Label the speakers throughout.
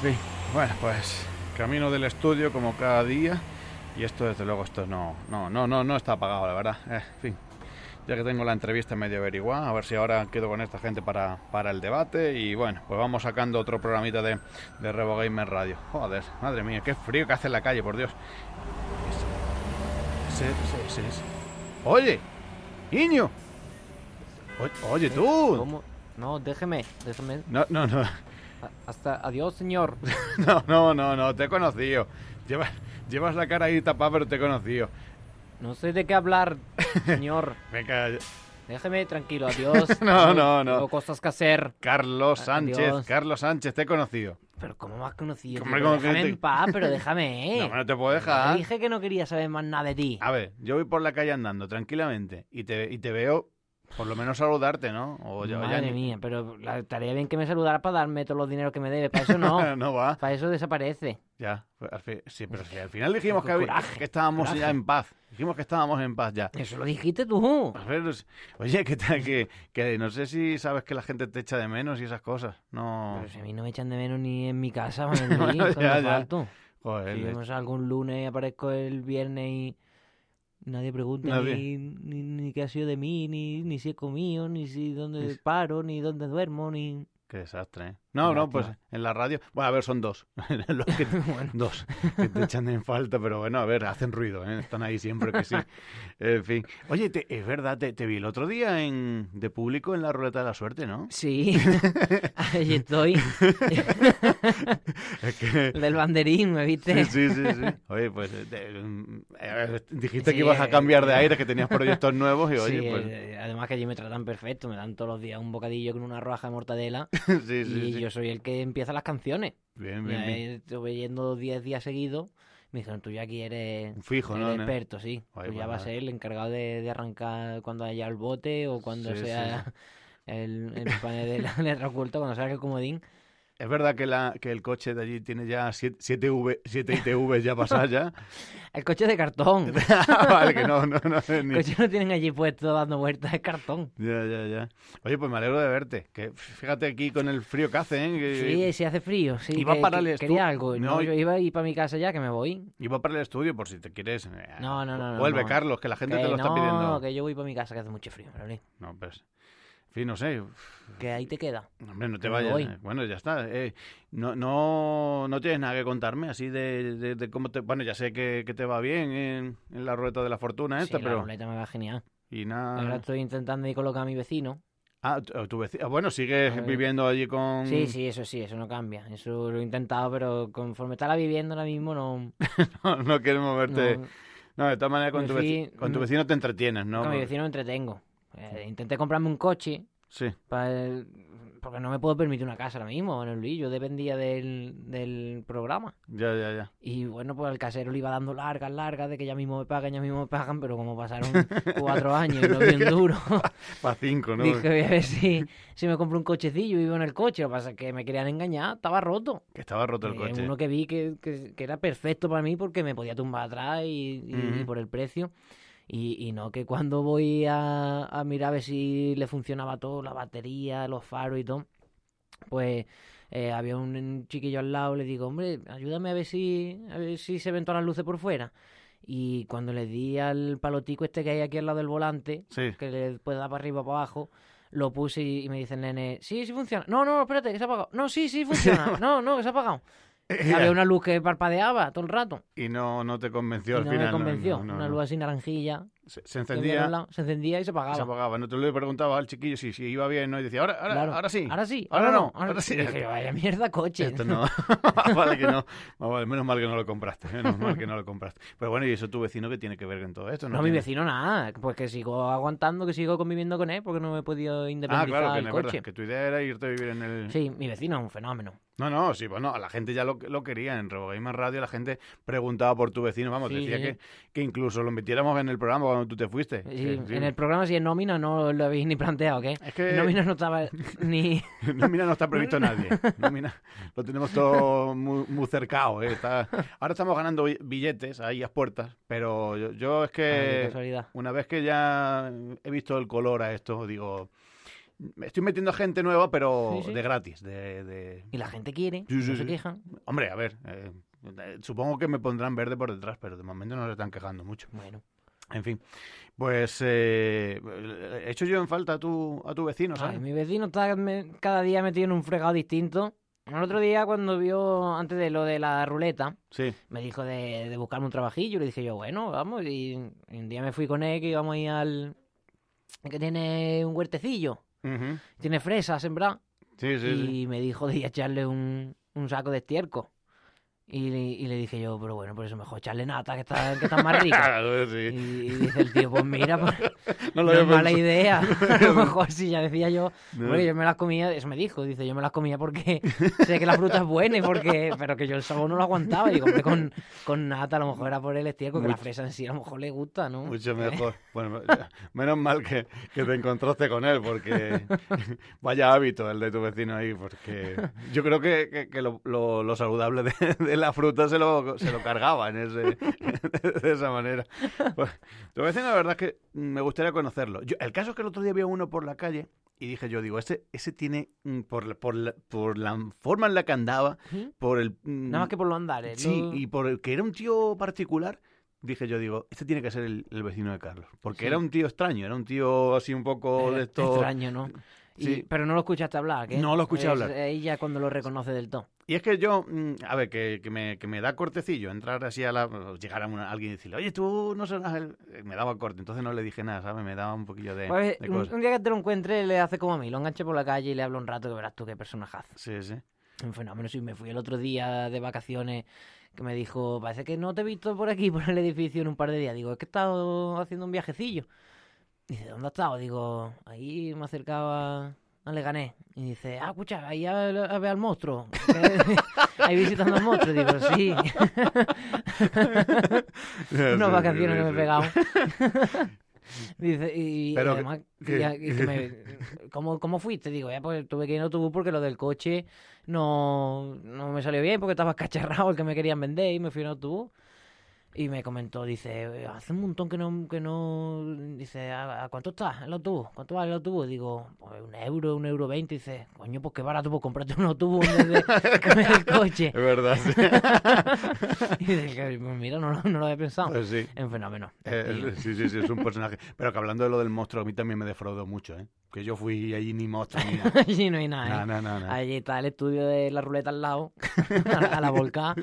Speaker 1: fin, bueno, pues camino del estudio como cada día. Y esto, desde luego, esto no, no, no, no, no está pagado, la verdad. Eh, en fin, ya que tengo la entrevista medio averiguada, a ver si ahora quedo con esta gente para, para el debate. Y bueno, pues vamos sacando otro programita de, de Revo Gamer Radio. Joder, madre mía, qué frío que hace en la calle, por Dios. Sí, sí, sí, sí. Oye, niño. Oye, oye, tú.
Speaker 2: ¿Cómo? No, déjeme, déjeme.
Speaker 1: No, no, no.
Speaker 2: A- Hasta adiós, señor.
Speaker 1: No, no, no, no, te he conocido. Llevas, llevas la cara ahí tapada, pero te he conocido.
Speaker 2: No sé de qué hablar, señor.
Speaker 1: Venga,
Speaker 2: Déjeme tranquilo, adiós.
Speaker 1: No,
Speaker 2: Tengo-
Speaker 1: no, no.
Speaker 2: Tengo cosas que hacer.
Speaker 1: Carlos
Speaker 2: Ah,
Speaker 1: Sánchez,
Speaker 2: Dios.
Speaker 1: Carlos Sánchez, te he conocido.
Speaker 2: Pero ¿cómo me has conocido?
Speaker 1: Hombre,
Speaker 2: tío? Pero
Speaker 1: ¿cómo que
Speaker 2: déjame
Speaker 1: te-
Speaker 2: en paz, pero déjame,
Speaker 1: No,
Speaker 2: ¿eh?
Speaker 1: me no Ah, te puedo
Speaker 2: Te
Speaker 1: dejar.
Speaker 2: dije que no quería saber más nada de ti.
Speaker 1: A ver, yo voy por la calle andando tranquilamente y te, y te veo, por lo menos saludarte, ¿no? O pues ya- o ya
Speaker 2: Madre
Speaker 1: ni-
Speaker 2: mía, pero la- estaría bien que me saludara para darme todos los dineros que me debe. Para eso no.
Speaker 1: no va,
Speaker 2: para eso desaparece.
Speaker 1: ya. Pues, al fin- sí, pero si al final dijimos que, había-
Speaker 2: Coraje,
Speaker 1: que estábamos
Speaker 2: coraje.
Speaker 1: ya en paz. Dijimos que estábamos en paz ya.
Speaker 2: Eso lo dijiste tú.
Speaker 1: A ver, os- oye, ¿qué tal? Que, que no sé si sabes que la gente te echa de menos y esas cosas. No.
Speaker 2: Pero si a mí no me echan de menos ni en mi casa, madre mía,
Speaker 1: Bueno,
Speaker 2: cuando
Speaker 1: ya, ya.
Speaker 2: falto.
Speaker 1: Joder,
Speaker 2: Si
Speaker 1: le-
Speaker 2: yo me salgo un lunes y aparezco el viernes y nadie pregunta
Speaker 1: Nadie.
Speaker 2: Ni, ni, ni qué ha sido de mí, ni, ni si he comido, ni si dónde paro, ni dónde duermo, ni...
Speaker 1: qué desastre. ¿eh? No, no, pues
Speaker 2: Lástima.
Speaker 1: en la radio. Bueno, a ver, son dos. Los que-
Speaker 2: bueno,
Speaker 1: Dos, que te echan en falta, pero bueno, a ver, hacen ruido, ¿eh? están ahí siempre que sí. En fin. Oye, te- es verdad, te, te vi el otro día en, de público en la ruleta de la suerte, ¿no?
Speaker 2: sí, ahí estoy,
Speaker 1: Es que...
Speaker 2: el del banderín, ¿me
Speaker 1: Sí,
Speaker 2: viste?
Speaker 1: sí, sí, sí. Oye, pues eh, te- mm, eh, dijiste
Speaker 2: Sí,
Speaker 1: que ibas a
Speaker 2: eh,
Speaker 1: cambiar de aire, que tenías proyectos nuevos y
Speaker 2: Sí,
Speaker 1: oye, pues
Speaker 2: eh, además que allí me tratan perfecto, me dan todos los días un bocadillo con una roja de mortadela
Speaker 1: pues... Sí, sí,
Speaker 2: y
Speaker 1: sí.
Speaker 2: yo soy el que empieza las canciones.
Speaker 1: Bien, bien,
Speaker 2: Ya
Speaker 1: bien.
Speaker 2: estuve yendo 10 días seguidos. Me dijeron, tú ya aquí eres,
Speaker 1: Un Fijo,
Speaker 2: eres
Speaker 1: ¿no? Ne?
Speaker 2: experto, sí.
Speaker 1: Ay,
Speaker 2: tú ya
Speaker 1: bueno,
Speaker 2: vas a ser el encargado de, de arrancar cuando haya el bote o cuando
Speaker 1: Sí, sí,
Speaker 2: sea el, el panel de la letra oculta, cuando salga el comodín.
Speaker 1: Es verdad que, la, que el coche de allí tiene ya 7 siete, V- siete ITV ya pasadas ya.
Speaker 2: El coche es de cartón.
Speaker 1: vale, que no, no, no sé
Speaker 2: El
Speaker 1: ni...
Speaker 2: coche no tienen allí puesto dando vueltas, es cartón.
Speaker 1: Ya, ya, ya. Oye, pues me alegro de verte. Que fíjate aquí con el frío que hace, ¿eh? Que-
Speaker 2: Sí, sí, hace frío. Sí,
Speaker 1: Iba
Speaker 2: que-
Speaker 1: para
Speaker 2: que-
Speaker 1: el estu-
Speaker 2: quería algo.
Speaker 1: No,
Speaker 2: No, yo iba a ir para mi casa ya, que me voy.
Speaker 1: Y va para el estudio por si te quieres. eh,
Speaker 2: No, no, no, no,
Speaker 1: Vuelve,
Speaker 2: no.
Speaker 1: Carlos, que la gente
Speaker 2: Que
Speaker 1: te lo está
Speaker 2: no,
Speaker 1: pidiendo.
Speaker 2: que yo voy para mi casa, que hace mucho frío. hombre.
Speaker 1: No, pues. En fin, no sé.
Speaker 2: Que ahí te queda.
Speaker 1: Hombre, no te
Speaker 2: Que me
Speaker 1: vayas.
Speaker 2: voy.
Speaker 1: eh. Bueno, ya está. eh. no, no, no tienes nada que contarme así de, de- de cómo te. Bueno, ya sé que, que te va bien en, en la rueda de la fortuna esta,
Speaker 2: sí, la
Speaker 1: pero. Ah.
Speaker 2: ruleta me va genial.
Speaker 1: Y
Speaker 2: Ahora
Speaker 1: nada.
Speaker 2: estoy intentando ir colocar a mi vecino.
Speaker 1: Ah, tu tu veci- ah, Bueno, sigues
Speaker 2: A ver.
Speaker 1: viviendo allí con.
Speaker 2: Sí, sí, eso sí, eso no cambia. Eso lo he intentado, pero conforme está la viviendo ahora mismo, no.
Speaker 1: No, no quieres moverte.
Speaker 2: no-
Speaker 1: No, de todas maneras, con,
Speaker 2: Me
Speaker 1: tu,
Speaker 2: fui-
Speaker 1: veci- con tu
Speaker 2: me-
Speaker 1: vecino te entretienes, ¿no?
Speaker 2: Con mi vecino me entretengo. Eh, intenté comprarme un coche,
Speaker 1: Sí.
Speaker 2: para porque no me puedo permitir una casa ahora mismo, Manuel Luis. Yo dependía del, del programa.
Speaker 1: Ya, ya, ya.
Speaker 2: Y bueno, pues al casero le iba dando largas, largas, de que ya mismo me pagan, ya mismo me pagan, pero como pasaron cuatro años y no vi un duro,
Speaker 1: Para cinco, ¿no?
Speaker 2: dije, voy a ver si, si me compro un cochecillo y vivo en el coche. Lo que pasa es que me querían engañar, estaba roto.
Speaker 1: Que estaba roto el
Speaker 2: Eh,
Speaker 1: coche.
Speaker 2: Uno que vi que, que- que era perfecto para mí porque me podía tumbar atrás y, y- y
Speaker 1: Ujú.
Speaker 2: por el precio. Y, y no que cuando voy a, a mirar a ver si le funcionaba todo, la batería, los faros y todo, pues eh, había un, un chiquillo al lado, le digo, hombre, ayúdame a ver si, a ver si se ven todas las luces por fuera. Y cuando le di al palotico este que hay aquí al lado del volante,
Speaker 1: Sí.
Speaker 2: que le puede dar para arriba o para abajo, lo puse y, y me dice el nene, sí, sí funciona. No, no, espérate, que se ha apagado. No, sí, sí funciona. No, no, que se ha apagado. Y Había una luz que parpadeaba todo el rato.
Speaker 1: Y no, no te
Speaker 2: Y
Speaker 1: convenció
Speaker 2: no
Speaker 1: al final.
Speaker 2: me convenció.
Speaker 1: no, no,
Speaker 2: una
Speaker 1: no.
Speaker 2: luz así naranjilla.
Speaker 1: Se, se
Speaker 2: que había
Speaker 1: encendía,
Speaker 2: al lado, se encendía y se apagaba.
Speaker 1: se apagaba. No te lo preguntaba al chiquillo si, si iba bien, ¿no? Y decía, ahora, ahora,
Speaker 2: Claro.
Speaker 1: ahora sí.
Speaker 2: Ahora sí.
Speaker 1: Ahora no, ahora
Speaker 2: Ahora
Speaker 1: sí.
Speaker 2: sí. Y dije, vaya mierda coche.
Speaker 1: Esto no. Más vale que no. Más vale, menos mal que no lo compraste. Menos mal que no lo compraste. Pero bueno, ¿y eso tu vecino qué tiene que ver con todo esto?
Speaker 2: No, mi
Speaker 1: tiene-
Speaker 2: vecino nada. Pues que sigo aguantando, que sigo conviviendo con él porque no me he podido
Speaker 1: Ah,
Speaker 2: independizar
Speaker 1: claro, que
Speaker 2: del
Speaker 1: no es
Speaker 2: coche.
Speaker 1: verdad. Que tu idea era irte a vivir en el.
Speaker 2: Sí, mi vecino es un fenómeno.
Speaker 1: No, no, sí, bueno, a la gente ya lo, lo quería. En RoboGamer Radio la gente preguntaba por tu vecino. Vamos,
Speaker 2: Sí,
Speaker 1: decía
Speaker 2: sí.
Speaker 1: Que, que incluso lo metiéramos en el programa cuando tú te fuiste.
Speaker 2: Sí,
Speaker 1: Que- sí. Eh,
Speaker 2: En el programa, si es nómina, no lo habéis ni planteado, ¿qué?
Speaker 1: Es que-
Speaker 2: En nómina no estaba ni...
Speaker 1: No, mira, no está previsto nadie. No, mira, lo tenemos todo muy, muy cercado. ¿eh? Está- Ahora estamos ganando bi- billetes ahí a puertas, pero yo, yo es
Speaker 2: Ay, qué
Speaker 1: que
Speaker 2: casualidad.
Speaker 1: una vez que ya he visto el color a esto, digo, Estoy metiendo gente nueva, pero
Speaker 2: Sí, sí.
Speaker 1: de gratis. De, de-
Speaker 2: Y la gente quiere,
Speaker 1: Sí, sí,
Speaker 2: no se
Speaker 1: sí.
Speaker 2: quejan.
Speaker 1: Hombre, a ver. eh, eh, supongo que me pondrán verde por detrás, pero de momento no se están quejando mucho.
Speaker 2: Bueno,
Speaker 1: En fin. Pues eh, he hecho yo en falta a tu, a tu vecino,
Speaker 2: ay,
Speaker 1: ¿sabes?
Speaker 2: mi vecino está me- cada día metido en un fregado distinto. El otro día, cuando vio, antes de lo de la ruleta,
Speaker 1: Sí.
Speaker 2: me dijo de, de buscarme un trabajillo. Le dije yo, bueno, vamos. Y, y un día me fui con él que íbamos a ir al. que tiene un huertecillo.
Speaker 1: Ujú.
Speaker 2: Tiene fresas sembradas.
Speaker 1: Sí, sí, sí.
Speaker 2: y me dijo de ir a echarle un, un saco de estiércol. Y, le- y le dije yo, pero bueno, por eso mejor echarle nata, que está, que está más rica.
Speaker 1: Claro,
Speaker 2: y,
Speaker 1: sí.
Speaker 2: y dice el tío, pues mira, pues,
Speaker 1: No
Speaker 2: no
Speaker 1: lo había
Speaker 2: es mala
Speaker 1: pensado.
Speaker 2: idea. A lo mejor sí, ya decía yo.
Speaker 1: No.
Speaker 2: Porque yo me las comía, eso me dijo, dice, yo me las comía porque sé que la fruta es buena, y porque pero que yo el sabor no lo aguantaba. Y digo, hombre, con, con nata a lo mejor era por el estiércol, que la
Speaker 1: Mucho- Pues,
Speaker 2: fresa en sí a lo mejor le gusta, ¿no? Eh.
Speaker 1: Mucho mejor. Bueno, me- menos mal que, que te encontraste con él, porque vaya hábito el de tu vecino ahí, porque yo creo que, que- que lo, lo- lo saludable de, de la fruta se lo, se lo cargaba en ese, de esa manera. Pues, tu vecino, la verdad es que me gustaría conocerlo. Yo- el caso es que el otro día había uno por la calle y dije yo, digo, ese, ese tiene, mm, por, la- por, la, por la forma en la que andaba,
Speaker 2: Ujú.
Speaker 1: por el... mm,
Speaker 2: Nada más que por los andares.
Speaker 1: Sí,
Speaker 2: ¿no?
Speaker 1: y por el que era un tío particular, dije yo, digo, este tiene que ser el, el vecino de Carlos. Porque
Speaker 2: Sí.
Speaker 1: era un tío extraño, era un tío así un poco
Speaker 2: Era
Speaker 1: de esto.
Speaker 2: Extraño, ¿no? Y-
Speaker 1: Sí.
Speaker 2: Pero no lo escuchaste hablar, ¿qué?
Speaker 1: No lo escuché hablar.
Speaker 2: Ella cuando lo reconoce del todo.
Speaker 1: Y es que yo, mm, a ver, que, que me, que me da cortecillo entrar así a la. o Llegar a, una- alguien y decirle, oye, tú no serás el. eh, Me daba corte, entonces no le dije nada, ¿sabes? Me daba un poquillo de.
Speaker 2: Pues,
Speaker 1: de
Speaker 2: un,
Speaker 1: cosa.
Speaker 2: un día que te lo encuentre, le hace como a mí, lo enganche por la calle y le hablo un rato que verás tú qué personajazo.
Speaker 1: Sí, sí.
Speaker 2: Un fenómeno. Sí, me fui el otro día de vacaciones que me dijo, parece que no te he visto por aquí, por el edificio en un par de días. Digo, es que he estado haciendo un viajecillo. Dice, ¿dónde has estado? Digo, ahí me acercaba a Leganés. Y dice, ah, escucha, ahí a, a ver al monstruo. ahí visitando al monstruo. Digo, sí, unas vacaciones que me he pegado. Dice, y,
Speaker 1: Pero que-
Speaker 2: y además,
Speaker 1: que-
Speaker 2: ya- y que me- ¿cómo, cómo fuiste? Digo, ya pues tuve que ir en autobús porque lo del coche no, no me salió bien porque estaba cacharrado el que me querían vender y me fui en autobús. Y me comentó, dice, hace un montón que no, que no, dice, ¿a, a cuánto está el autobús? ¿Cuánto vale el autobús? Digo, pues un euro, un euro veinte. Dice, coño, pues qué barato, pues comprarte un autobús en vez de comer el coche.
Speaker 1: Es verdad, sí.
Speaker 2: Y dije, pues mira, no, lo- no lo había pensado.
Speaker 1: Pues sí.
Speaker 2: En fenómeno.
Speaker 1: Eh,
Speaker 2: tío.
Speaker 1: sí, sí, sí, es un personaje. Pero que hablando de lo del monstruo, a mí también me defraudó mucho, ¿eh? Que yo fui allí ni monstruo ni nada.
Speaker 2: Allí no hay nada.
Speaker 1: No,
Speaker 2: ¿eh?
Speaker 1: no, no, no.
Speaker 2: Allí está el estudio de la ruleta al lado, a la- a la volcá.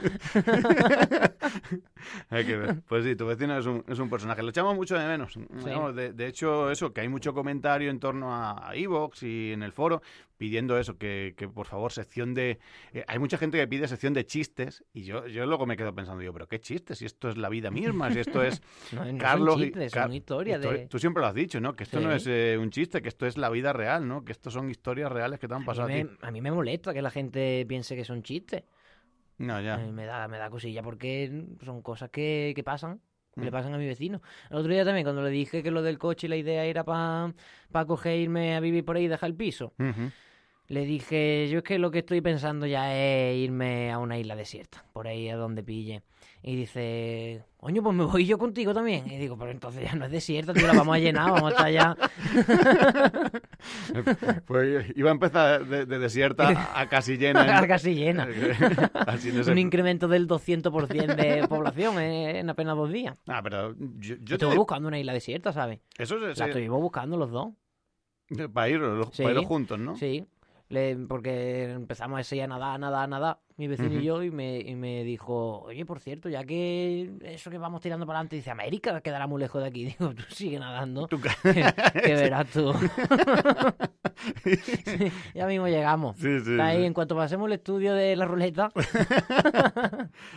Speaker 1: Hay que ver. Pues sí, tu vecino es un, es un personaje. Lo echamos mucho de menos. ¿no? De, de hecho, eso, que hay mucho comentario en torno a Evox y en el foro pidiendo eso, que, que por favor, sección de... eh, hay mucha gente que pide sección de chistes y yo, yo luego me quedo pensando, yo, pero ¿qué chistes? Si esto es la vida misma, si esto es...
Speaker 2: No, no
Speaker 1: Carlos
Speaker 2: son
Speaker 1: y-
Speaker 2: chistes,
Speaker 1: Car-
Speaker 2: son historias
Speaker 1: histori-
Speaker 2: de...
Speaker 1: Tú siempre lo has dicho, ¿no? Que esto no
Speaker 2: Sí.
Speaker 1: es eh, un chiste, que esto es la vida real, ¿no? Que esto son historias reales que te han
Speaker 2: A
Speaker 1: pasado a
Speaker 2: mí,
Speaker 1: ti.
Speaker 2: me, a mí me molesta que la gente piense que son chistes.
Speaker 1: No,
Speaker 2: A
Speaker 1: ya.
Speaker 2: mí me da, me da cosilla porque son cosas que, que pasan, que le
Speaker 1: Mm.
Speaker 2: pasan a mi vecino. El otro día también, cuando le dije que lo del coche, la idea era para pa coger, irme a vivir por ahí y dejar el piso,
Speaker 1: Ujú.
Speaker 2: le dije, yo es que lo que estoy pensando ya es irme a una isla desierta, por ahí a donde pille. Y dice, coño, pues me voy yo contigo también. Y digo, pero entonces ya no es desierta, tío, la vamos a llenar, vamos a estar ya...
Speaker 1: Pues iba a empezar de, de desierta a casi llena. ¿eh?
Speaker 2: casi llena.
Speaker 1: Así en ese-
Speaker 2: Un incremento del 200% de población eh, en apenas dos días.
Speaker 1: Ah, pero yo, yo
Speaker 2: Yo
Speaker 1: te
Speaker 2: estuve
Speaker 1: digo-
Speaker 2: buscando una isla desierta, ¿sabes?
Speaker 1: Eso es
Speaker 2: La
Speaker 1: ese- eh,
Speaker 2: estuvimos buscando los dos.
Speaker 1: para ir, los,
Speaker 2: Sí.
Speaker 1: para ir juntos, ¿no?
Speaker 2: Sí. Le- porque empezamos así a nadar, a nadar, a nadar, mi vecino
Speaker 1: Ujú.
Speaker 2: y yo, y me, y me dijo, oye, por cierto, ya que eso que vamos tirando para adelante, dice, América quedará muy lejos de aquí. Digo, tú sigue nadando,
Speaker 1: Tú ca-
Speaker 2: que, que verás tú. Sí, ya mismo llegamos.
Speaker 1: Sí, sí,
Speaker 2: Está ahí,
Speaker 1: sí.
Speaker 2: en cuanto pasemos el estudio de la ruleta,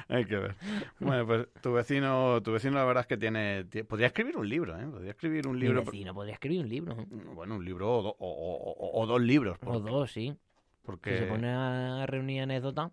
Speaker 1: Hay que ver. Bueno, pues tu vecino, tu vecino la verdad es que tiene, tie- podría escribir un libro, ¿eh? Podría escribir un
Speaker 2: mi
Speaker 1: libro.
Speaker 2: vecino podría escribir un libro, ¿eh?
Speaker 1: Bueno, un libro o, do- o- o- o- o dos libros.
Speaker 2: o
Speaker 1: porque-
Speaker 2: dos, sí.
Speaker 1: Porque
Speaker 2: Que se pone a reunir anécdotas.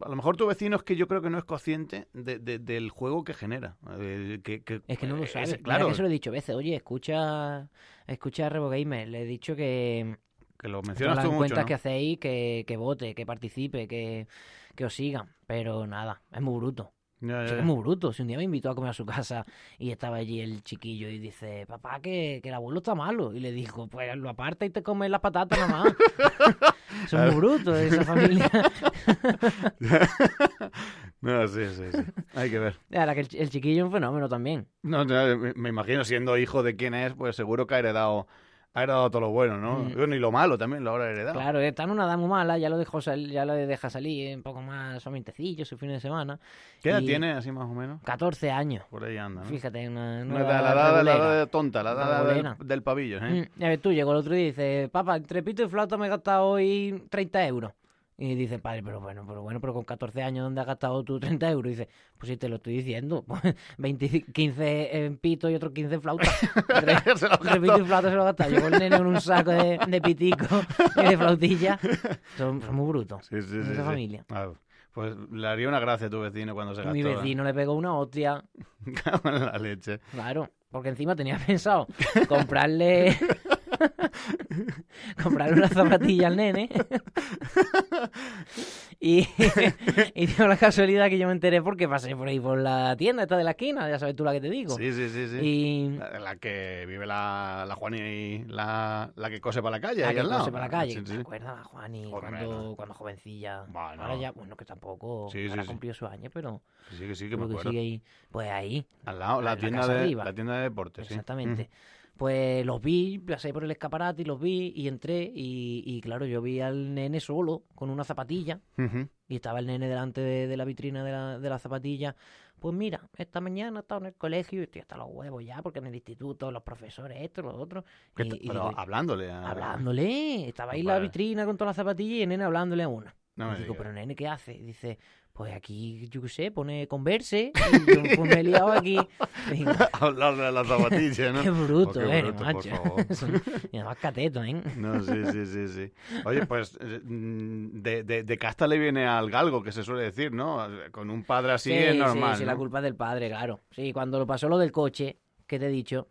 Speaker 1: a lo mejor tu vecino es que yo creo que no es consciente de- de- del juego que genera. eh, que-
Speaker 2: Es que no lo
Speaker 1: ese-
Speaker 2: sabe. Mira
Speaker 1: claro,
Speaker 2: que se lo he dicho veces. Oye, escucha, escucha a RevoGamer. Le he dicho que
Speaker 1: que lo
Speaker 2: todas
Speaker 1: mencionas
Speaker 2: las
Speaker 1: tú mucho,
Speaker 2: encuestas
Speaker 1: ¿no?
Speaker 2: que hacéis, que, que vote, que participe, que, que os sigan. Pero nada, es muy bruto.
Speaker 1: Ya, ya,
Speaker 2: Sí,
Speaker 1: ya.
Speaker 2: es muy bruto. Si un día me invitó a comer a su casa y estaba allí el chiquillo y dice, papá, que, que el abuelo está malo. Y le dijo, pues lo aparta y te comes las patatas nada más. Eso es muy bruto, esa familia.
Speaker 1: No, Ah, sí, sí, sí. Hay que ver.
Speaker 2: Ahora que el, chi- el chiquillo es un fenómeno también.
Speaker 1: No, no, me me imagino siendo hijo de quien es, pues seguro que ha heredado, ha heredado todo lo bueno, ¿no?
Speaker 2: Mm.
Speaker 1: Bueno, y lo malo también lo habrá heredado.
Speaker 2: Claro, está en una edad muy mala, ya lo dejó sal- ya lo deja salir un poco más suamentecillo su fin de semana.
Speaker 1: ¿Qué edad
Speaker 2: Y-
Speaker 1: tiene así más o menos?
Speaker 2: 14 años.
Speaker 1: Por ahí anda, ¿no?
Speaker 2: Fíjate, una,
Speaker 1: No,
Speaker 2: una
Speaker 1: la, la,
Speaker 2: edad
Speaker 1: Ah. edad- la
Speaker 2: regulera.
Speaker 1: edad tonta, la edad del-
Speaker 2: Regulera.
Speaker 1: del, pavillo, ¿eh?
Speaker 2: Mm, A ver, tú llegó el otro día y dices, papá, entre pito y flauta me he gastado hoy 30 euros. Y dice, el padre, pero bueno, pero bueno, pero con 14 años, ¿dónde has gastado tú 30 euros? Y dice, pues si te lo estoy diciendo, pues 25 15 en pito y otros 15 en flauta. Entre,
Speaker 1: Se lo
Speaker 2: entre pito
Speaker 1: gastó.
Speaker 2: y flauta se lo ha gastado. Llegó el nene con un saco de, de pitico y de flautilla. Son, son muy brutos.
Speaker 1: Sí, sí,
Speaker 2: Es
Speaker 1: sí,
Speaker 2: de
Speaker 1: sí.
Speaker 2: familia.
Speaker 1: Ah, pues le haría una gracia a tu vecino cuando se gastó.
Speaker 2: Mi
Speaker 1: ¿eh?
Speaker 2: vecino le pegó una hostia,
Speaker 1: Me cago en la leche.
Speaker 2: claro, porque encima tenía pensado comprarle... comprarle una zapatilla al nene. y, y dio la casualidad que yo me enteré porque pasé por ahí por la tienda esta de la esquina, ya sabes tú la que te digo.
Speaker 1: Sí, sí, sí, sí.
Speaker 2: Y...
Speaker 1: La, la que vive la, la Juani y la, la que cose para la calle.
Speaker 2: Ah,
Speaker 1: ahí
Speaker 2: que
Speaker 1: al lado.
Speaker 2: cose para la calle.
Speaker 1: Sí,
Speaker 2: ¿Te
Speaker 1: sí.
Speaker 2: acuerdas, la Juani?
Speaker 1: Joder,
Speaker 2: cuando,
Speaker 1: no.
Speaker 2: cuando jovencilla.
Speaker 1: Bueno.
Speaker 2: Ahora ya, bueno, que tampoco.
Speaker 1: Sí, sí,
Speaker 2: ahora
Speaker 1: sí.
Speaker 2: cumplió su año, pero
Speaker 1: Sí, sí, que sí, que me
Speaker 2: creo que
Speaker 1: acuerdo.
Speaker 2: sigue ahí. Pues ahí,
Speaker 1: Al lado,
Speaker 2: en la
Speaker 1: la tienda,
Speaker 2: casa
Speaker 1: de,
Speaker 2: arriba.
Speaker 1: la tienda de deportes. sí.
Speaker 2: Exactamente. Pues los vi, pasé por el escaparate y los vi y entré y, y claro, yo vi al nene solo con una zapatilla
Speaker 1: Mm. Ujú.
Speaker 2: y estaba el nene delante de, de la vitrina de la, de la zapatilla. Pues mira, esta mañana he estado en el colegio y estoy hasta los huevos ya porque en el instituto los profesores, esto, lo otro.
Speaker 1: Que
Speaker 2: y-
Speaker 1: t-
Speaker 2: y
Speaker 1: pero
Speaker 2: digo,
Speaker 1: hablándole. a-
Speaker 2: hablándole, estaba ahí la
Speaker 1: Vale.
Speaker 2: vitrina con todas las zapatillas y el nene hablándole a una.
Speaker 1: No
Speaker 2: Y
Speaker 1: me
Speaker 2: digo,
Speaker 1: digas.
Speaker 2: pero nene, ¿qué hace? Y dice, pues aquí, yo qué sé, pone converse. Y yo pues me he liado aquí. Y digo,
Speaker 1: Hablarle a la zapatilla, ¿no?
Speaker 2: Qué bruto,
Speaker 1: Oh, qué
Speaker 2: eh,
Speaker 1: bruto, por
Speaker 2: macho.
Speaker 1: favor.
Speaker 2: Son- y además cateto, ¿eh?
Speaker 1: No, sí, sí, sí, sí. Oye, pues eh, mm, de, de, de casta le viene al galgo, que se suele decir, ¿no? Con un padre así es normal.
Speaker 2: sí,
Speaker 1: ¿no?
Speaker 2: la culpa es del padre, claro. Sí, cuando lo pasó lo del coche, que te he dicho,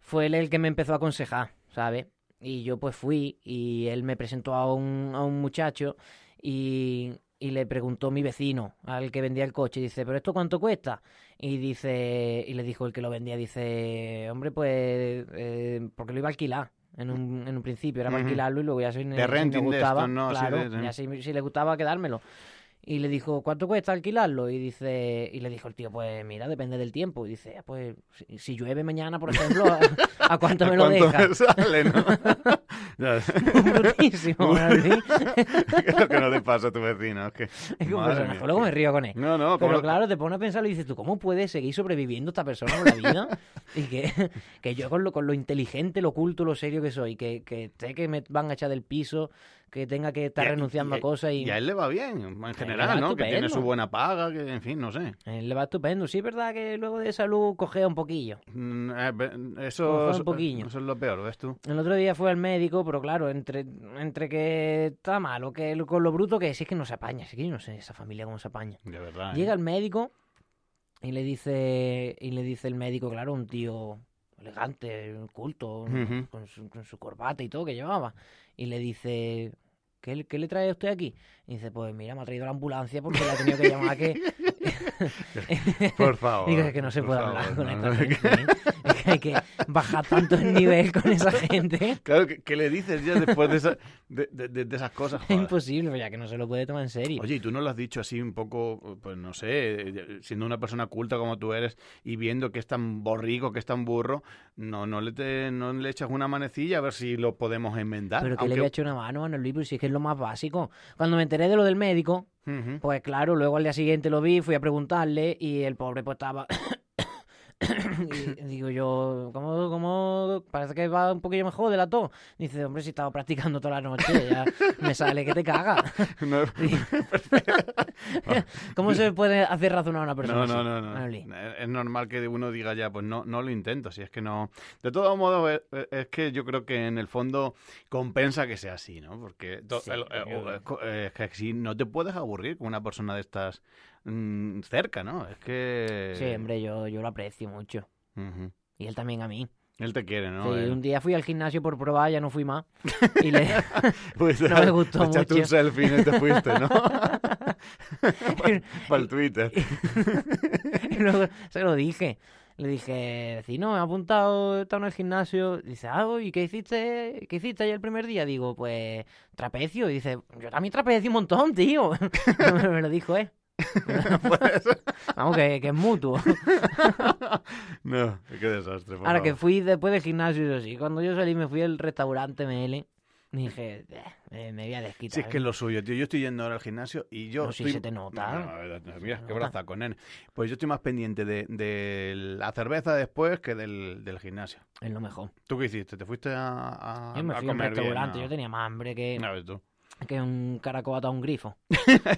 Speaker 2: fue él el que me empezó a aconsejar, ¿sabes? Y yo pues fui y él me presentó a un, a un muchacho y, y le preguntó mi vecino, al que vendía el coche, dice, ¿pero esto cuánto cuesta? Y dice, y le dijo el que lo vendía, dice, hombre, pues, eh, porque lo iba a alquilar. En un, en un principio era para
Speaker 1: Ujú.
Speaker 2: alquilarlo y luego ya si
Speaker 1: De
Speaker 2: me- si me
Speaker 1: renting de
Speaker 2: gustaba,
Speaker 1: estos, ¿no? Así
Speaker 2: claro,
Speaker 1: de-
Speaker 2: ya si, si le gustaba quedármelo. Y le dijo, ¿cuánto cuesta alquilarlo? Y dice, y le dijo el tío, pues mira, depende del tiempo. Y dice, "Ah, pues si, si llueve mañana, por ejemplo, ¿a, a cuánto
Speaker 1: ¿A
Speaker 2: me lo
Speaker 1: cuánto
Speaker 2: deja?
Speaker 1: me sale, no? Ya,
Speaker 2: Brutísimo, Manolín.
Speaker 1: ¿Qué es lo que no le pasa a tu vecino? Es que,
Speaker 2: Es que pues, un
Speaker 1: madre
Speaker 2: personaje,
Speaker 1: mía,
Speaker 2: luego
Speaker 1: que-
Speaker 2: me río con él.
Speaker 1: No, no,
Speaker 2: Pero
Speaker 1: como-
Speaker 2: claro, te pones a pensarlo y dices, ¿tú cómo puede seguir sobreviviendo esta persona con la vida? Y que, que yo con lo, con lo inteligente, lo culto, lo serio que soy, que, que sé que me van a echar del piso, que tenga que estar
Speaker 1: Y a-
Speaker 2: renunciando
Speaker 1: y
Speaker 2: a cosas y...
Speaker 1: Y a él le va bien, en
Speaker 2: le va
Speaker 1: general, ¿no? Que tiene
Speaker 2: estupendo.
Speaker 1: su buena paga, que en fin, no sé.
Speaker 2: Eh, Le va estupendo. Sí, es verdad que luego de salud cogea un poquillo.
Speaker 1: Mm, eh, ve-
Speaker 2: Como
Speaker 1: Eso,
Speaker 2: fue
Speaker 1: es-
Speaker 2: un poquillo.
Speaker 1: eso es lo peor, ¿ves tú?
Speaker 2: El otro día fue al médico, pero claro, entre, entre que está malo, que lo- con lo bruto que es, es que no se apaña, es que yo no sé esa familia cómo se apaña.
Speaker 1: De verdad. ¿eh?
Speaker 2: Llega el médico y le dice, y le dice el médico, claro, un tío elegante, culto,
Speaker 1: Ujú.
Speaker 2: con, su, con su corbata y todo que llevaba. Y le dice, ¿qué, le- qué le trae a usted aquí? Y dice, pues mira, me ha traído la ambulancia porque la he tenido que llamar que...
Speaker 1: Por favor.
Speaker 2: Digo, es que no se
Speaker 1: por
Speaker 2: puede
Speaker 1: favor,
Speaker 2: hablar con
Speaker 1: no,
Speaker 2: esta
Speaker 1: no, es que-
Speaker 2: gente, ¿eh? Es que hay que bajar tanto el nivel con esa gente.
Speaker 1: Claro, ¿qué, qué le dices ya después de, esa- de- de- de- de esas cosas?
Speaker 2: Es
Speaker 1: Joder.
Speaker 2: imposible, ya que no se lo puede tomar en serio.
Speaker 1: Oye, ¿y tú no lo has dicho así un poco, pues no sé, siendo una persona culta como tú eres y viendo que es tan borrico, que es tan burro, no, no, le, te- no le echas una manecilla a ver si lo podemos enmendar?
Speaker 2: pero que le
Speaker 1: Aunque-
Speaker 2: había hecho una mano a Manuel Luis, si es que es lo más básico. Cuando me enteré de lo del médico,
Speaker 1: Ujú.
Speaker 2: pues claro, luego al día siguiente lo vi, fui a preguntarle y el pobre pues estaba... y digo yo, ¿cómo, ¿cómo? Parece que va un poquillo mejor de la tos. Dice, hombre, si estaba practicando toda la noche, ya me sale que te caga.
Speaker 1: No,
Speaker 2: ¿Cómo se puede hacer razonar a una persona?
Speaker 1: no, no,
Speaker 2: así, Ah,
Speaker 1: no, no. Eh,
Speaker 2: Manolín?
Speaker 1: Es es normal que uno diga ya, pues no, no lo intento, si es que no. De todos modos, eh, eh, es, que yo creo que en el fondo compensa que sea así, ¿no? Porque to-
Speaker 2: Sí,
Speaker 1: el- eh,
Speaker 2: yo
Speaker 1: o-
Speaker 2: creo.
Speaker 1: es co- eh, es que si no te puedes aburrir con una persona de estas mm, cerca, ¿no? Es que.
Speaker 2: Sí, hombre, yo, yo lo aprecio mucho.
Speaker 1: Ujú.
Speaker 2: Y él también a mí.
Speaker 1: Él te quiere, ¿no? Eh,
Speaker 2: Sí,
Speaker 1: Él-
Speaker 2: un día fui al gimnasio por probar, ya no fui más. Y le...
Speaker 1: Pues,
Speaker 2: no me gustó
Speaker 1: echaste
Speaker 2: mucho.
Speaker 1: un selfie y te fuiste, ¿no? Para el Twitter.
Speaker 2: Y luego se lo dije. Le dije, vecino, me ha apuntado, he estado en el gimnasio. Dice, ah, ¿y qué hiciste? ¿Qué hiciste ayer el primer día? Digo, pues trapecio. Y dice, yo también trapecio un montón, tío. me lo dijo, ¿eh?
Speaker 1: Pues,
Speaker 2: Vamos, que, que es mutuo.
Speaker 1: no, qué desastre. por
Speaker 2: Ahora que
Speaker 1: favor.
Speaker 2: fui después del gimnasio y eso sí, cuando yo salí me fui al restaurante ML y dije, "Eh, me, me voy a desquitar.
Speaker 1: Si
Speaker 2: ¿eh?
Speaker 1: es que es lo suyo, tío. Yo estoy yendo ahora al gimnasio y yo.
Speaker 2: No, si
Speaker 1: estoy...
Speaker 2: se te nota.
Speaker 1: No, no, a ver, mira,
Speaker 2: te
Speaker 1: qué
Speaker 2: nota.
Speaker 1: brazaco, nene. Pues yo estoy más pendiente de, de la cerveza después que del, del gimnasio.
Speaker 2: Es lo mejor.
Speaker 1: ¿Tú qué hiciste? ¿Te fuiste a, a,
Speaker 2: yo me
Speaker 1: a
Speaker 2: fui a un
Speaker 1: comer bien,
Speaker 2: restaurante,
Speaker 1: no?
Speaker 2: yo tenía más hambre que,
Speaker 1: Ya ves tú.
Speaker 2: que un caracol atado a un grifo.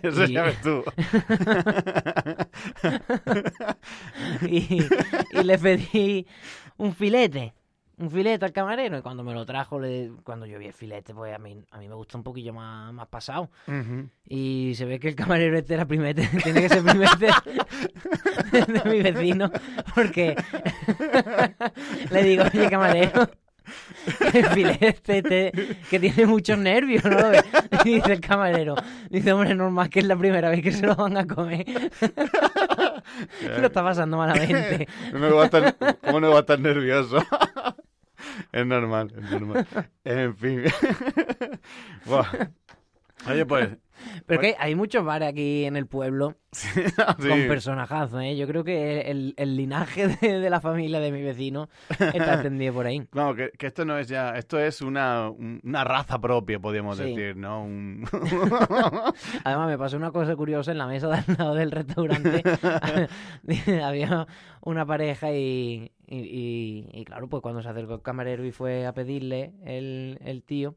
Speaker 1: Eso
Speaker 2: Y-
Speaker 1: ya ves tú.
Speaker 2: Y, y le pedí un filete. Un filete al camarero y cuando me lo trajo, le- cuando yo vi el filete, pues a mí, a mí me gusta un poquillo más, más pasado.
Speaker 1: Ujú.
Speaker 2: Y se ve que el camarero este era primete, tiene que ser primete de mi vecino, porque le digo, oye camarero, el filete este, que tiene muchos nervios, ¿no? lo ves?". Y dice el camarero, dice, hombre, normal que es la primera vez que se lo van a comer, lo está pasando malamente.
Speaker 1: No va a estar- ¿Cómo no va a estar nervioso? es normal, es normal. En fin. Buah. Oye, pues.
Speaker 2: Pero que hay muchos bares aquí en el pueblo
Speaker 1: sí, no, sí.
Speaker 2: con personajazos, ¿eh? Yo creo que el, el linaje de, de la familia de mi vecino está atendido por ahí.
Speaker 1: Vamos, que, que esto no es ya. Esto es una, un- una raza propia, podríamos
Speaker 2: Sí.
Speaker 1: decir, ¿no? Un-
Speaker 2: Además, me pasó una cosa curiosa en la mesa de al lado del restaurante. Había una pareja y, y- y- y claro, pues cuando se acercó el camarero y fue a pedirle el, el tío,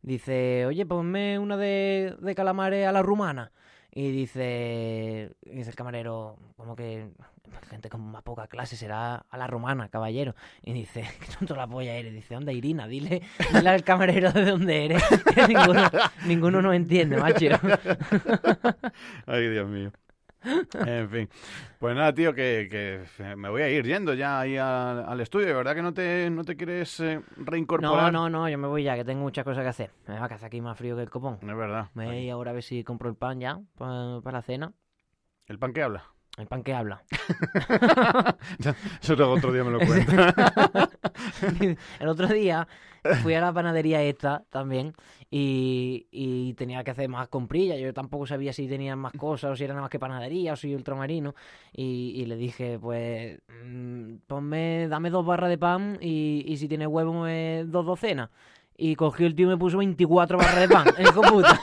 Speaker 2: dice, oye, ponme una de, de calamares a la rumana. Y dice, y dice el camarero, como que gente con más poca clase será a la romana, caballero. Y dice, qué tonto la polla eres. Dice, onda, Irina, dile, dile al camarero de dónde eres. que ninguno, ninguno nos entiende, macho.
Speaker 1: Ay, Dios mío. En fin. Pues nada, tío, que, que me voy a ir yendo ya ahí al, al estudio. De verdad que no te, no te quieres eh,
Speaker 2: No,
Speaker 1: reincorporar.
Speaker 2: no, no, yo me voy ya, que tengo muchas cosas que hacer. Me va a hacer aquí más frío que el copón.
Speaker 1: Es verdad.
Speaker 2: Me voy a ir ahora a ver si compro el pan ya, para la cena.
Speaker 1: ¿El pan que habla?
Speaker 2: El pan que habla.
Speaker 1: Eso luego otro día me lo cuenta.
Speaker 2: el otro día fui a la panadería esta también y, y tenía que hacer más comprilla. Yo tampoco sabía si tenían más cosas o si era nada más que panadería o si ultramarino. Y, y le dije, pues, mm, ponme, dame dos barras de pan y, y si tiene huevo, me dos docenas. Y cogió el tío y me puso 24 barras de pan. El hijo puta.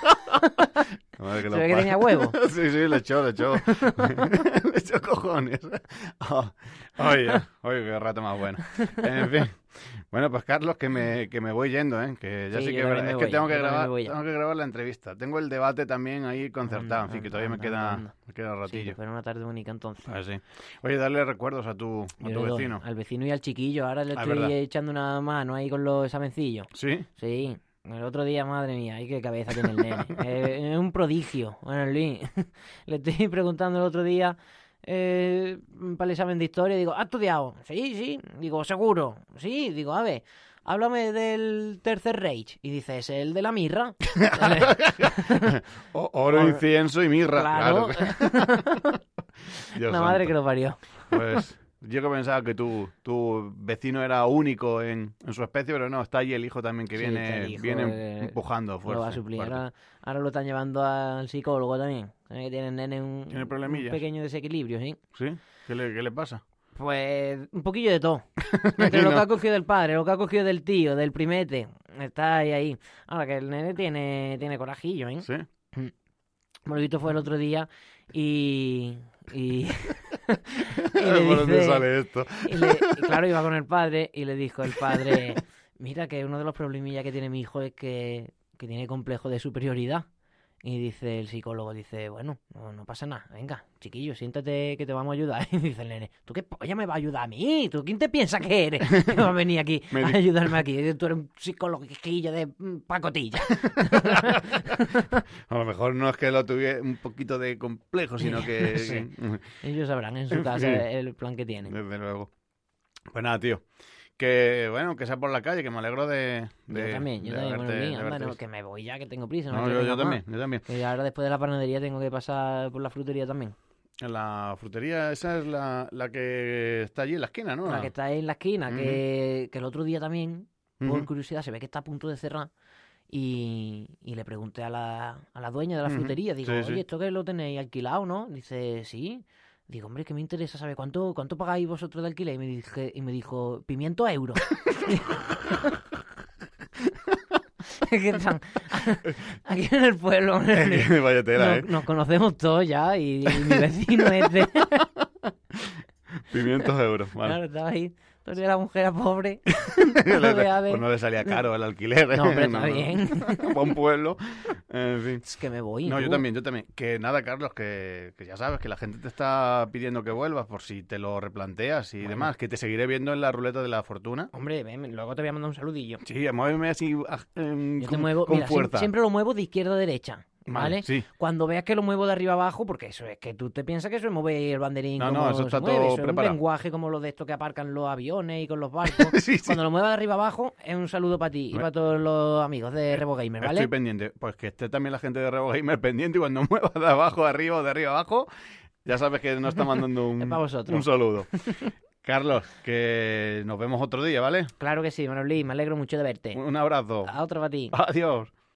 Speaker 1: Madre
Speaker 2: Se
Speaker 1: los
Speaker 2: ve que
Speaker 1: pa-
Speaker 2: tenía huevo.
Speaker 1: sí, sí, le echó, le echó. le echó cojones. Ah, oye, oye, qué rata más buena. En fin. Bueno, pues Carlos, que me, que me voy yendo, ¿eh? Que ya
Speaker 2: Sí,
Speaker 1: sé que
Speaker 2: yo
Speaker 1: es
Speaker 2: también
Speaker 1: verdad-
Speaker 2: me
Speaker 1: es
Speaker 2: voy,
Speaker 1: que tengo que,
Speaker 2: yo también me
Speaker 1: grabar,
Speaker 2: voy ya.
Speaker 1: tengo que grabar la entrevista. Tengo el debate también ahí concertado, en fin, que todavía me
Speaker 2: Anda,
Speaker 1: queda,
Speaker 2: anda.
Speaker 1: me queda
Speaker 2: Sí, que
Speaker 1: ratillo.
Speaker 2: fuera una tarde única entonces.
Speaker 1: Ah, sí. Oye, darle recuerdos a tu, a
Speaker 2: Yo
Speaker 1: tu
Speaker 2: le doy
Speaker 1: vecino.
Speaker 2: Al vecino y al chiquillo. Ahora le
Speaker 1: Ah, es
Speaker 2: estoy
Speaker 1: verdad.
Speaker 2: echando una mano ahí con los examencillos.
Speaker 1: ¿Sí?
Speaker 2: Sí. El otro día, madre mía, ay, qué cabeza tiene el nene. Eh, es un prodigio. Bueno, Luis, le estoy preguntando el otro día eh, para el examen de historia. Digo, ¿has estudiado? Sí, sí. Digo, seguro. Sí, digo, a ver, háblame del Tercer Reich. Y dice, ¿es el de la mirra?
Speaker 1: O- oro,
Speaker 2: Oro.
Speaker 1: incienso y mirra.
Speaker 2: claro.
Speaker 1: Claro. Dios
Speaker 2: la madre
Speaker 1: santo.
Speaker 2: que lo parió.
Speaker 1: Pues yo que pensaba que tu, tu vecino era único en, en su especie, pero no, está ahí el hijo también que
Speaker 2: Sí, está
Speaker 1: viene,
Speaker 2: el hijo,
Speaker 1: viene
Speaker 2: eh,
Speaker 1: empujando fuerte.
Speaker 2: lo va a suplir.
Speaker 1: fuerte.
Speaker 2: Ahora, ahora lo están llevando al psicólogo también. Sabe Que tiene el nene un,
Speaker 1: Tiene
Speaker 2: un
Speaker 1: problemillas.
Speaker 2: pequeño desequilibrio, ¿sí?
Speaker 1: ¿Sí? ¿Qué le, qué le pasa?
Speaker 2: Pues un poquillo de todo. Entre lo que
Speaker 1: No.
Speaker 2: ha cogido del padre, lo que ha cogido del tío, del primete. Está ahí, ahí. Ahora que el nene tiene, tiene corajillo, ¿eh?
Speaker 1: ¿Sí?
Speaker 2: Me lo visto fue el otro día y... Y, y le
Speaker 1: ¿Por dónde
Speaker 2: dice-
Speaker 1: sale esto?
Speaker 2: y le- y claro, iba con el padre y le dijo el padre, mira que uno de los problemillas que tiene mi hijo es que, que tiene complejo de superioridad. Y dice el psicólogo, dice, bueno, no, no pasa nada, venga, chiquillo, siéntate que te vamos a ayudar. Y dice el nene, ¿tú qué polla me va a ayudar a mí? ¿Tú quién te piensas que eres? Que va a venir aquí
Speaker 1: Me
Speaker 2: a
Speaker 1: di-
Speaker 2: ayudarme aquí. Tú eres un psicólogo de mm, pacotilla.
Speaker 1: A lo mejor no es que lo tuviera un poquito de complejo, sino que...
Speaker 2: Sí. Ellos sabrán en su casa
Speaker 1: Sí.
Speaker 2: el plan que tienen.
Speaker 1: Desde luego. Pues nada, tío. Que bueno, que sea por la calle, que me alegro de. de
Speaker 2: yo también, yo
Speaker 1: de
Speaker 2: también.
Speaker 1: haberte-
Speaker 2: bueno, bien,
Speaker 1: de
Speaker 2: anda,
Speaker 1: haberte
Speaker 2: no,
Speaker 1: visto.
Speaker 2: que me voy ya, que tengo prisa.
Speaker 1: No,
Speaker 2: me
Speaker 1: yo, yo
Speaker 2: entretengas
Speaker 1: también,
Speaker 2: más.
Speaker 1: yo también.
Speaker 2: Y ahora después de la panadería tengo que pasar por la frutería también.
Speaker 1: En la frutería, esa es la, la que está allí en la esquina, ¿no?
Speaker 2: La que está en la esquina,
Speaker 1: Ah. Ujú.
Speaker 2: que, que el otro día también, por
Speaker 1: Ujú.
Speaker 2: curiosidad, se ve que está a punto de cerrar. Y, y le pregunté a la, a la dueña de la
Speaker 1: Ujú.
Speaker 2: frutería, digo,
Speaker 1: Sí,
Speaker 2: oye,
Speaker 1: sí.
Speaker 2: ¿esto que lo tenéis alquilado, no? Dice, sí. Digo, hombre, es que me interesa saber cuánto, cuánto pagáis vosotros de alquiler. Y me, dije, y me dijo, pimiento a euros. Es que están- aquí en el pueblo,
Speaker 1: Vaya tela,
Speaker 2: nos,
Speaker 1: ¿eh?
Speaker 2: nos conocemos todos ya y, y mi vecino es de...
Speaker 1: Pimientos euros. Vale.
Speaker 2: Claro, estaba ahí. Entonces la mujer era pobre.
Speaker 1: Le- le-
Speaker 2: Vea, ve.
Speaker 1: pues no le salía caro el alquiler. ¿eh?
Speaker 2: No, hombre, está bien.
Speaker 1: Para un pueblo. En fin.
Speaker 2: Es que me voy. uh.
Speaker 1: No, yo
Speaker 2: tú.
Speaker 1: también, yo también. Que nada, Carlos, que, que ya sabes que la gente te está pidiendo que vuelvas por si te lo replanteas y
Speaker 2: Bueno.
Speaker 1: demás. Que te seguiré viendo en la ruleta de la fortuna.
Speaker 2: Hombre, ven, luego te voy a mandar un saludillo.
Speaker 1: Sí, muéveme así ah, em,
Speaker 2: Yo te
Speaker 1: con,
Speaker 2: muevo,
Speaker 1: con
Speaker 2: mira, siem-
Speaker 1: fuerza.
Speaker 2: siempre lo muevo de izquierda a derecha, ¿vale?
Speaker 1: Sí.
Speaker 2: Cuando veas que lo muevo de arriba a abajo, porque eso es que tú te piensas que eso es mover el banderín
Speaker 1: No, no,
Speaker 2: como
Speaker 1: eso está
Speaker 2: se mueve,
Speaker 1: todo
Speaker 2: eso es un
Speaker 1: preparado.
Speaker 2: lenguaje como lo de esto que aparcan los aviones y con los barcos.
Speaker 1: Sí, sí.
Speaker 2: Cuando lo muevas de arriba a abajo, es un saludo para ti y
Speaker 1: Ve-
Speaker 2: para todos los amigos de Revo Gamer, ¿vale?
Speaker 1: Estoy pendiente. Pues que esté también la gente de Rebo Gamer pendiente y cuando muevas de abajo a arriba o de arriba a abajo, ya sabes que nos está mandando un,
Speaker 2: Es pa' vosotros.
Speaker 1: un saludo. Carlos, que nos vemos otro día, ¿vale?
Speaker 2: Claro que sí, Ah. Manuel, me alegro mucho de verte.
Speaker 1: Un abrazo.
Speaker 2: A otro para ti.
Speaker 1: Adiós.